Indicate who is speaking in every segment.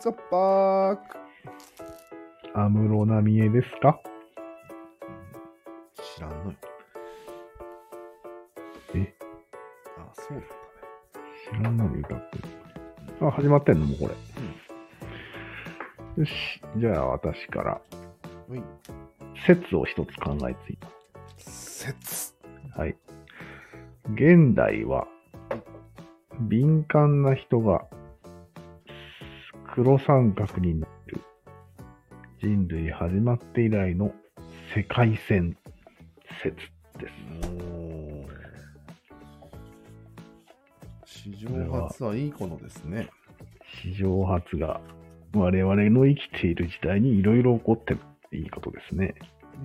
Speaker 1: ザパーク。
Speaker 2: 安室奈美恵ですか
Speaker 1: 知らんのよ。
Speaker 2: え
Speaker 1: あ、そうだったね。
Speaker 2: 知らんのに歌ってる。あ、始まってんのもうこれ。よし。じゃあ私から、
Speaker 1: ほい。
Speaker 2: 説を一つ考えつい
Speaker 1: 説。
Speaker 2: た。はい。現代は、敏感な人が黒三角になる。人類始まって以来の世界線説です。
Speaker 1: おー史上初はいいこのですね。
Speaker 2: 史上初が我々の生きている時代にいろいろ起こってるっていいことですね。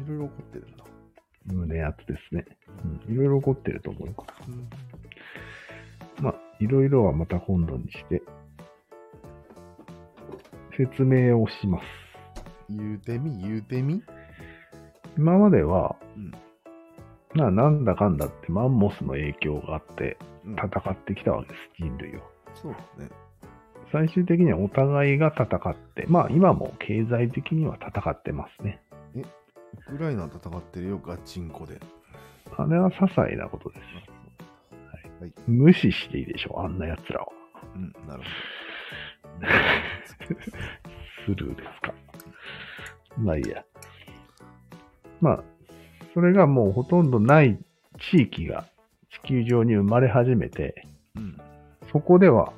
Speaker 1: いろいろ起こってるんだ。
Speaker 2: 胸熱ですね。うんいろいろ起こってると思いま
Speaker 1: うん
Speaker 2: す。まあ、いろいろはまた今度にして、説明をします。
Speaker 1: 言うてみ、言うてみ。
Speaker 2: 今までは、
Speaker 1: うん
Speaker 2: ななんだかんだってマンモスの影響があって
Speaker 1: うん
Speaker 2: 戦ってきたわけです、人類を。
Speaker 1: そうだね。
Speaker 2: 最終的にはお互いが戦って、まあ今も経済的には戦ってますね。
Speaker 1: ウクライナ戦ってるよ、ガチンコで。
Speaker 2: あれは些細なことです。
Speaker 1: はい。
Speaker 2: 無視していいでしょ、あんな奴らを。
Speaker 1: うん、なるほど。
Speaker 2: スルーですか。まあいいや。まあ、それがもうほとんどない地域が地球上に生まれ始めて、
Speaker 1: うん。
Speaker 2: そこでは、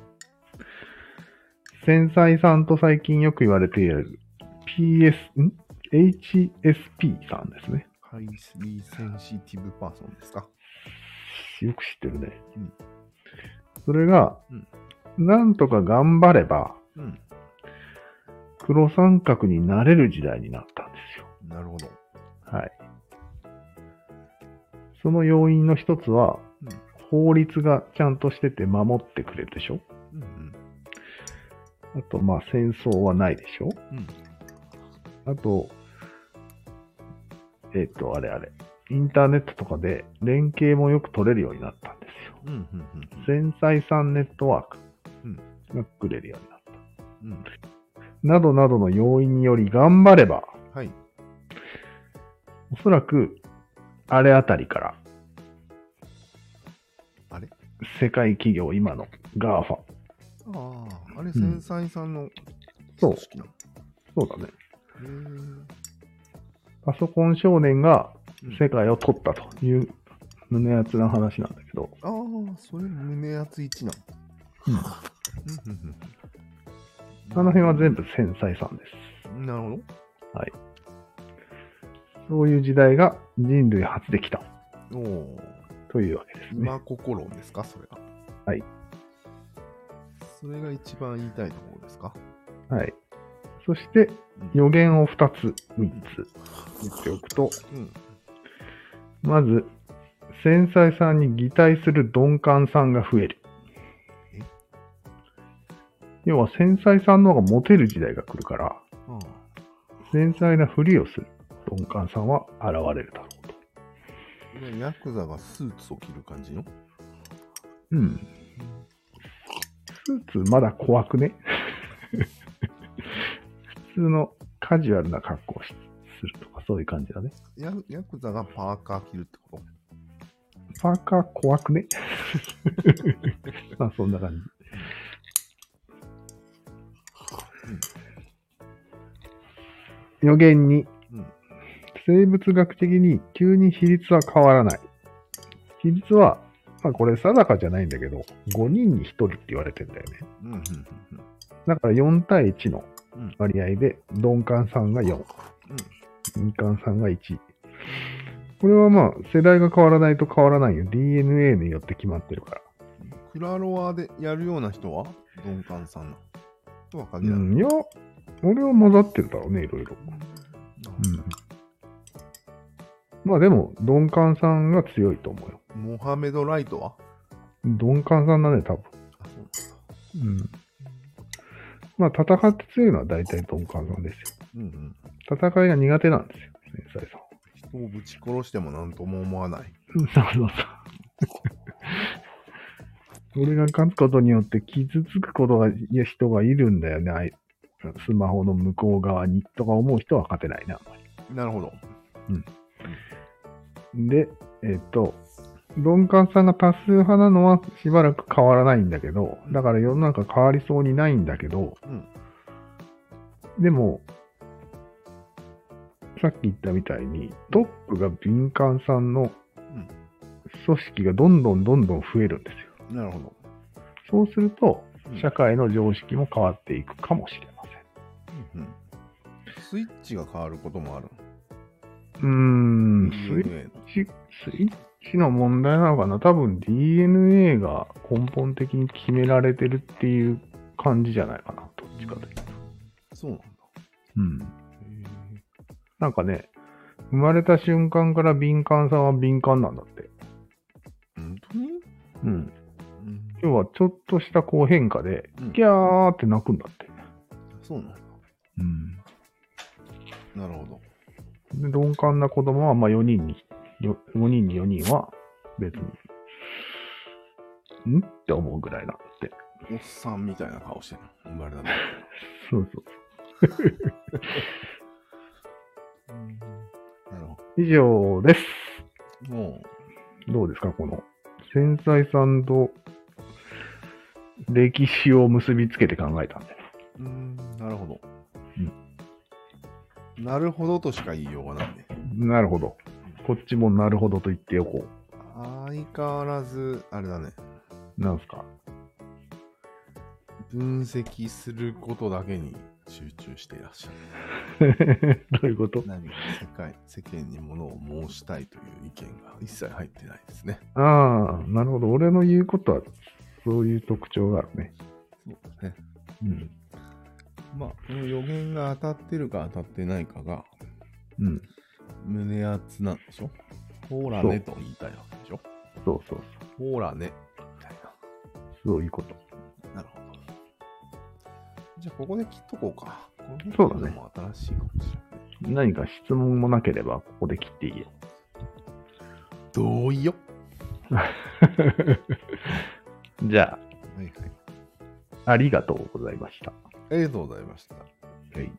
Speaker 2: 繊細さんと最近よく言われている PS、ん ?HSP さんですね。
Speaker 1: ハイスリーセンシティブパーソンですか。
Speaker 2: よく知ってるね。
Speaker 1: うん
Speaker 2: それが、なんとか頑張れば、
Speaker 1: うん。
Speaker 2: 黒三角になれる時代になったんですよ。
Speaker 1: なるほど。
Speaker 2: はい。その要因の一つは、
Speaker 1: うん
Speaker 2: 法律がちゃんとしてて守ってくれるでしょ
Speaker 1: うんうん。
Speaker 2: あと、まあ、戦争はないでしょ
Speaker 1: うん。
Speaker 2: あと、えっ、と、あれあれ。インターネットとかで連携もよく取れるようになったんですよ。
Speaker 1: うん。うん。うん
Speaker 2: 繊細さんネットワーク
Speaker 1: うん
Speaker 2: が作れるようになった。
Speaker 1: うん。
Speaker 2: などなどの要因により頑張れば、
Speaker 1: はい。
Speaker 2: おそらく、あれあたりから、
Speaker 1: あれ
Speaker 2: 世界企業、今の GAFA。
Speaker 1: ああ、あれ、繊細さんの
Speaker 2: そう
Speaker 1: 組、織なの。
Speaker 2: そうだね。
Speaker 1: へー
Speaker 2: パソコン少年が
Speaker 1: うん
Speaker 2: 世界を取ったという胸熱な話なんだけど、
Speaker 1: ああ、それ胸熱一なの。
Speaker 2: うん
Speaker 1: うんうん
Speaker 2: あの辺は全部繊細さんです。
Speaker 1: うんなるほど。
Speaker 2: そういう時代が人類初できた
Speaker 1: おお、
Speaker 2: というわけですね。
Speaker 1: 今心ですか、それが。
Speaker 2: はい。
Speaker 1: それが一番言いたいところですか。
Speaker 2: はい。そして
Speaker 1: うん
Speaker 2: 予言を2つ、3つ言っておくと、
Speaker 1: うん。
Speaker 2: まず、繊細さんに擬態する鈍感さんが増える
Speaker 1: え。
Speaker 2: 要は繊細さんの方がモテる時代が来るから、
Speaker 1: あ
Speaker 2: 繊細なふりをする鈍感さんは現れるだろうと。
Speaker 1: あ。ヤクザがスーツを着る感じの
Speaker 2: うん。スーツまだ怖くね 普通のカジュアルな格好をしするとかそういう感じだね。
Speaker 1: ヤヤクザがパーカー着るってこと
Speaker 2: パーカー怖くね まあそんな感じ。予言に
Speaker 1: うん。
Speaker 2: 生物学的に急に比率は変わらない。比率は、まあこれ定かじゃないんだけど、5人に1人って言われてんだよね。
Speaker 1: うん。うん。
Speaker 2: だから4対1の
Speaker 1: うん
Speaker 2: 割合で、鈍感さんが4、敏感さんが1。これはまあ世代が変わらないと変わらないよ。DNA によって決まってるから。
Speaker 1: うん。クラロワでやるような人は鈍感さんなのとは限
Speaker 2: う
Speaker 1: らない。
Speaker 2: ん、いや、俺は混ざってるだろうね、いろいろ。うん。まあでも、鈍感さんが強いと思うよ。
Speaker 1: モハメド・ライトは
Speaker 2: 鈍感さんだね、多分。
Speaker 1: あそう
Speaker 2: うん。まあ、戦って強いのは大体鈍感さんです
Speaker 1: うんうん。
Speaker 2: よ。戦いが苦手なんですよ、繊細さん。
Speaker 1: 人をぶち殺しても何とも思わない。
Speaker 2: そうそうそう。俺が勝つことによって傷つくことがいや人がいるんだよね、あいスマホの向こう側にとか思う人は勝てないな。
Speaker 1: なるほど。
Speaker 2: で、えっと、鈍感さんが多数派なのはしばらく変わらないんだけど、だから世の中変わりそうにないんだけど、
Speaker 1: うん
Speaker 2: でも、さっき言ったみたいに、トップが敏感さんの
Speaker 1: ん
Speaker 2: 組織がどんどんどんどん増えるんですよ。
Speaker 1: なるほど。
Speaker 2: そうすると
Speaker 1: うん、
Speaker 2: 社会の常識も変わっていくかもしれません。
Speaker 1: うんスイッチが変わることもある。
Speaker 2: うーん、スイ
Speaker 1: DNA の
Speaker 2: スイッチ、スイッチの問題なのかな多分 DNA が根本的に決められてるっていう感じじゃないかな。どっちかというと。
Speaker 1: そうなんだ。
Speaker 2: うん。
Speaker 1: へ
Speaker 2: なんかね、生まれた瞬間から敏感さんは敏感なんだって。
Speaker 1: え本当に
Speaker 2: う
Speaker 1: う
Speaker 2: ん。
Speaker 1: ん
Speaker 2: 要はちょっとしたこう変化で、
Speaker 1: うん
Speaker 2: ギャーって泣くんだって。
Speaker 1: そうなんだ。
Speaker 2: うん。
Speaker 1: なるほど。
Speaker 2: で鈍感な子供は、まあ4人に、よ4人に4人は別に、んって思うぐらいなんだって。
Speaker 1: おっさんみたいな顔してる。生まれたね。
Speaker 2: そうそう。
Speaker 1: なるほ
Speaker 2: 以上です。
Speaker 1: ど。も
Speaker 2: どうですか、この繊細さんと歴史を結びつけて考えたんで。
Speaker 1: う、うん、なるほど。なるほどとしか言いようがないね。
Speaker 2: なるほど。こっちもなるほどと言っておこ
Speaker 1: 相変わらず、あれだね。
Speaker 2: う。なんすか。
Speaker 1: 分析することだけに集中していらっしゃる。
Speaker 2: どういうこと
Speaker 1: 何か世界、世間にものを申したいという意見が一切入ってないですね。
Speaker 2: ああ、なるほど。俺の言うことは、そういう特徴があるね。
Speaker 1: そうだね。
Speaker 2: うん。
Speaker 1: まあ、この予言が当たってるか当たってないかが
Speaker 2: うん。
Speaker 1: 胸熱なんでしょほーらねと言いたいわけでしょ
Speaker 2: そうそうそう。
Speaker 1: ほーらね。みたい
Speaker 2: そういうこと。
Speaker 1: な。なるほど。じゃあ、ここで切っとこうか。この
Speaker 2: そうだね
Speaker 1: も新しいかもしれない。
Speaker 2: 何か質問もなければ、ここで切っていいよ。
Speaker 1: 同意よ。
Speaker 2: じゃ
Speaker 1: はいはい。
Speaker 2: あ、ありがとうございました。
Speaker 1: ありがとうございました。
Speaker 2: はい。